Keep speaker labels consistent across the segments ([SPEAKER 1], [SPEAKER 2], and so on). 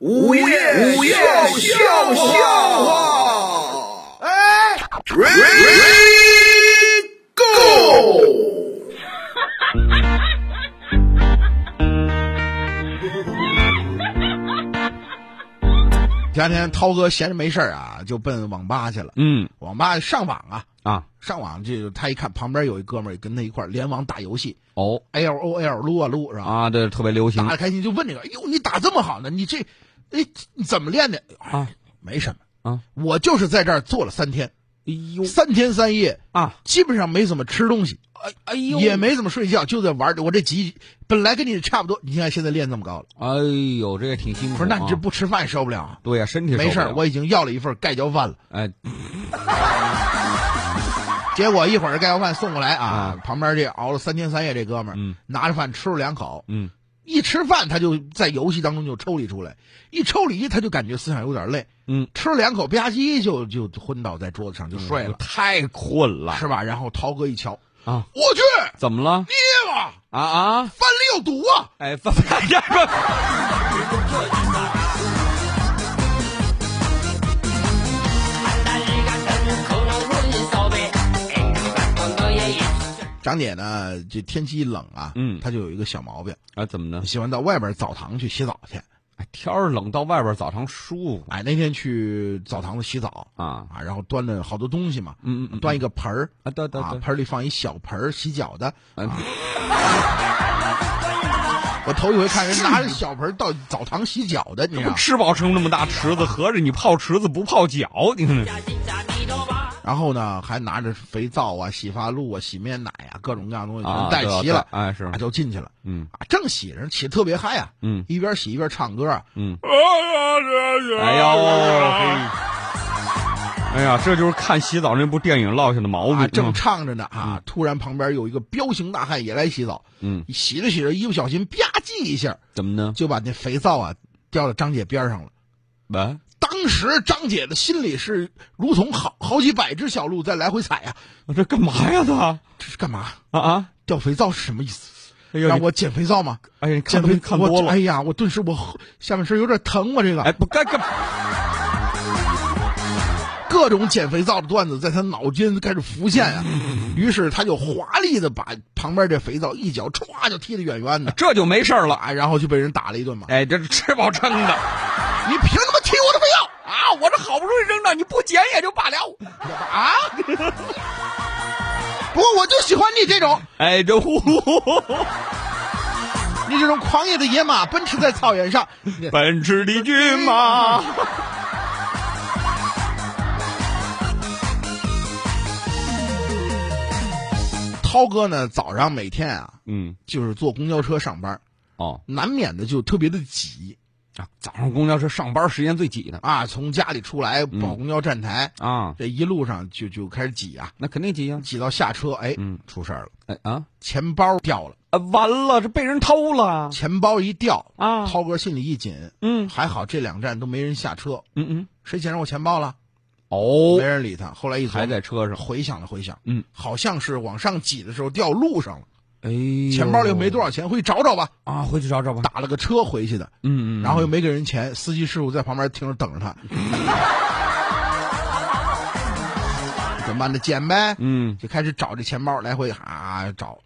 [SPEAKER 1] 午夜午夜笑笑话，哎，Ready Go！
[SPEAKER 2] 前两天涛哥闲着没事儿啊，就奔网吧去了。
[SPEAKER 3] 嗯
[SPEAKER 2] 网吧上网啊，
[SPEAKER 3] 啊，
[SPEAKER 2] 上网就他一看旁边有一哥们儿跟他一块儿联网打游戏
[SPEAKER 3] 哦
[SPEAKER 2] ，L O L 撸啊撸是吧？
[SPEAKER 3] 啊，这特别流行
[SPEAKER 2] 打得开心就问这个，哎呦，你打这么好呢？你这，哎，你怎么练的？哎
[SPEAKER 3] 啊
[SPEAKER 2] 没什么，
[SPEAKER 3] 啊！
[SPEAKER 2] 我就是在这儿坐了三天，
[SPEAKER 3] 哎呦
[SPEAKER 2] 三天三夜，
[SPEAKER 3] 啊，
[SPEAKER 2] 基本上没怎么吃东西，
[SPEAKER 3] 哎哎呦
[SPEAKER 2] 也没怎么睡觉，就在玩儿。我这级本来跟你差不多，你看现在练这么高了。
[SPEAKER 3] 哎呦，这也挺辛苦
[SPEAKER 2] 我
[SPEAKER 3] 啊。
[SPEAKER 2] 说那你这不吃饭受不了啊？
[SPEAKER 3] 对呀，身体
[SPEAKER 2] 没事
[SPEAKER 3] 受
[SPEAKER 2] 儿，
[SPEAKER 3] 不了
[SPEAKER 2] 我已经要了一份盖浇饭了。
[SPEAKER 3] 哎
[SPEAKER 2] 结果一会儿盖浇饭送过来啊
[SPEAKER 3] 啊，
[SPEAKER 2] 旁边这熬了三天三夜这哥们儿
[SPEAKER 3] 嗯
[SPEAKER 2] 拿着饭吃了两口，
[SPEAKER 3] 嗯
[SPEAKER 2] 一吃饭他就在游戏当中就抽离出来，一抽离他就感觉思想有点累，
[SPEAKER 3] 嗯，
[SPEAKER 2] 吃了两口吧唧就就昏倒在桌子上就睡了，
[SPEAKER 3] 太困了
[SPEAKER 2] 是吧？然后涛哥一瞧，
[SPEAKER 3] 啊！
[SPEAKER 2] 我去，
[SPEAKER 3] 怎么了
[SPEAKER 2] 爹啊，
[SPEAKER 3] 啊啊？
[SPEAKER 2] 饭里有毒啊！
[SPEAKER 3] 哎，怎么这 个？
[SPEAKER 2] 张姐呢，这天气一冷啊，
[SPEAKER 3] 嗯
[SPEAKER 2] 她就有一个小毛病，
[SPEAKER 3] 啊，怎么呢？
[SPEAKER 2] 喜欢到外边澡堂去洗澡去。
[SPEAKER 3] 哎天儿冷，到外边儿早上舒服
[SPEAKER 2] 哎，那天去澡堂子洗澡
[SPEAKER 3] 啊。
[SPEAKER 2] 啊，然后端了好多东西嘛，
[SPEAKER 3] 嗯嗯嗯
[SPEAKER 2] 端一个盆儿
[SPEAKER 3] 啊，对对
[SPEAKER 2] 啊
[SPEAKER 3] 对，，
[SPEAKER 2] 盆儿里放一小盆儿洗脚的。
[SPEAKER 3] 嗯
[SPEAKER 2] 我头一回看人拿着小盆儿到澡堂洗脚的，你知道？
[SPEAKER 3] 吃饱撑那么大池子，合着你泡池子不泡脚，你看这
[SPEAKER 2] 然后呢，还拿着肥皂啊、洗发露啊、洗面奶啊，各种各样的东西
[SPEAKER 3] 啊，
[SPEAKER 2] 全带
[SPEAKER 3] 对啊
[SPEAKER 2] 齐了，
[SPEAKER 3] 对哎是
[SPEAKER 2] 啊，，就进去了。
[SPEAKER 3] 嗯
[SPEAKER 2] 啊，正洗着，洗得特别嗨啊，
[SPEAKER 3] 嗯
[SPEAKER 2] 一边洗一边唱歌啊。
[SPEAKER 3] 嗯，哎
[SPEAKER 2] 哎啊
[SPEAKER 3] 呦，嘿哎呀，这就是看洗澡那部电影落下的毛
[SPEAKER 2] 啊，
[SPEAKER 3] 病。
[SPEAKER 2] 正唱着呢啊，突然旁边有一个彪形大汉也来洗澡，
[SPEAKER 3] 嗯，
[SPEAKER 2] 洗着洗着，一不小心吧唧一下，
[SPEAKER 3] 怎么呢？
[SPEAKER 2] 就把那肥皂啊掉到张姐边上了。
[SPEAKER 3] 喂，啊
[SPEAKER 2] 当时张姐的心里是如同好好几百只小鹿在来回踩啊，
[SPEAKER 3] 这干嘛呀？他
[SPEAKER 2] 这是干嘛？
[SPEAKER 3] 啊啊！
[SPEAKER 2] 掉肥皂是什么意思？
[SPEAKER 3] 哎呦，
[SPEAKER 2] 让
[SPEAKER 3] 你
[SPEAKER 2] 我捡肥皂吗？
[SPEAKER 3] 哎呀，你
[SPEAKER 2] 减
[SPEAKER 3] 看
[SPEAKER 2] 肥
[SPEAKER 3] 肥看多
[SPEAKER 2] 我
[SPEAKER 3] 了
[SPEAKER 2] 哎，呀，我顿时我下半身有点疼，我啊这
[SPEAKER 3] 哎，
[SPEAKER 2] 个
[SPEAKER 3] 不该干
[SPEAKER 2] 各种减肥皂的段子在他脑筋开始浮现啊。于是他就华丽的把旁边这肥皂一脚歘就踢得远远的，
[SPEAKER 3] 这就没事儿了。
[SPEAKER 2] 啊，然后就被人打了一顿嘛。
[SPEAKER 3] 哎，这是吃饱撑的
[SPEAKER 2] 你凭什么踢我的肥皂
[SPEAKER 3] 啊！我这好不容易扔到，你不捡也就罢了。
[SPEAKER 2] 啊？不过我就喜欢你这种，
[SPEAKER 3] 哎，这呼
[SPEAKER 2] 你这种狂野的野马奔驰在草原上。你
[SPEAKER 3] 奔驰的骏马。
[SPEAKER 2] 涛哥呢，早上每天啊，
[SPEAKER 3] 嗯，
[SPEAKER 2] 就是坐公交车上班，
[SPEAKER 3] 哦，
[SPEAKER 2] 难免的就特别的挤
[SPEAKER 3] 啊早上公交车上班时间最挤的
[SPEAKER 2] 啊。从家里出来跑公交站台，
[SPEAKER 3] 啊，
[SPEAKER 2] 这一路上就就开始挤啊，
[SPEAKER 3] 那肯定挤呀。
[SPEAKER 2] 挤到下车，哎，
[SPEAKER 3] 嗯
[SPEAKER 2] 出事儿了，
[SPEAKER 3] 哎啊
[SPEAKER 2] 钱包掉了，
[SPEAKER 3] 啊！完了，这被人偷了。
[SPEAKER 2] 钱包一掉
[SPEAKER 3] 啊
[SPEAKER 2] 涛哥心里一紧，
[SPEAKER 3] 嗯
[SPEAKER 2] 还好这两站都没人下车，
[SPEAKER 3] 嗯嗯，
[SPEAKER 2] 谁捡着我钱包了？
[SPEAKER 3] 哦
[SPEAKER 2] 没，人理他。后来一琢磨
[SPEAKER 3] 还在车上。
[SPEAKER 2] 回想了回想，
[SPEAKER 3] 嗯，
[SPEAKER 2] 好像是往上挤的时候掉路上了，
[SPEAKER 3] 哎呦，
[SPEAKER 2] 钱包里又没多少钱，回去找找吧。
[SPEAKER 3] 啊，回去找找吧。
[SPEAKER 2] 打了个车回去的，
[SPEAKER 3] 嗯嗯，
[SPEAKER 2] 然后又没给人钱，司机师傅在旁边停着等着 他。怎么办呢？捡呗，
[SPEAKER 3] 嗯
[SPEAKER 2] 就开始找这钱包，来回啊找，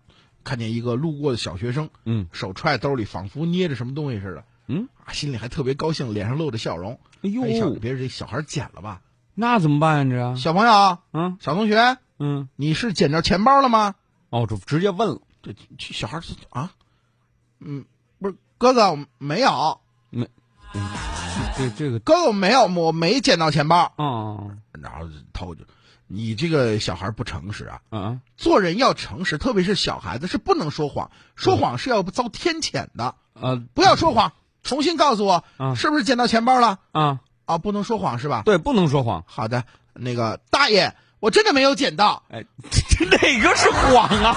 [SPEAKER 2] 看见一个路过的小学生，
[SPEAKER 3] 嗯，
[SPEAKER 2] 手揣兜里，仿佛捏着什么东西似的，
[SPEAKER 3] 嗯
[SPEAKER 2] 啊，心里还特别高兴，脸上露着笑容。
[SPEAKER 3] 哎
[SPEAKER 2] 哎，想
[SPEAKER 3] 呦，
[SPEAKER 2] 别是这小孩捡了吧？
[SPEAKER 3] 那怎么办呀？这
[SPEAKER 2] 小朋友，
[SPEAKER 3] 啊
[SPEAKER 2] 小同学，
[SPEAKER 3] 嗯，
[SPEAKER 2] 你是捡着钱包了吗？
[SPEAKER 3] 哦，这直接问了，
[SPEAKER 2] 这这小孩儿啊，嗯，不是哥哥我没有，
[SPEAKER 3] 这这个
[SPEAKER 2] 哥哥我没有，我没捡到钱包。
[SPEAKER 3] 啊
[SPEAKER 2] 然后涛就，你这个小孩不诚实啊！
[SPEAKER 3] 啊，
[SPEAKER 2] 做人要诚实，特别是小孩子是不能说谎，说
[SPEAKER 3] 嗯
[SPEAKER 2] 谎是要遭天谴的。
[SPEAKER 3] 啊
[SPEAKER 2] 不要说谎，重新告诉我，
[SPEAKER 3] 嗯
[SPEAKER 2] 是不是捡到钱包了？
[SPEAKER 3] 啊，
[SPEAKER 2] 啊，不能说谎是吧？
[SPEAKER 3] 对，不能说谎。
[SPEAKER 2] 好的，那个大爷，我真的没有捡到。
[SPEAKER 3] 哎， 这哪个是谎啊？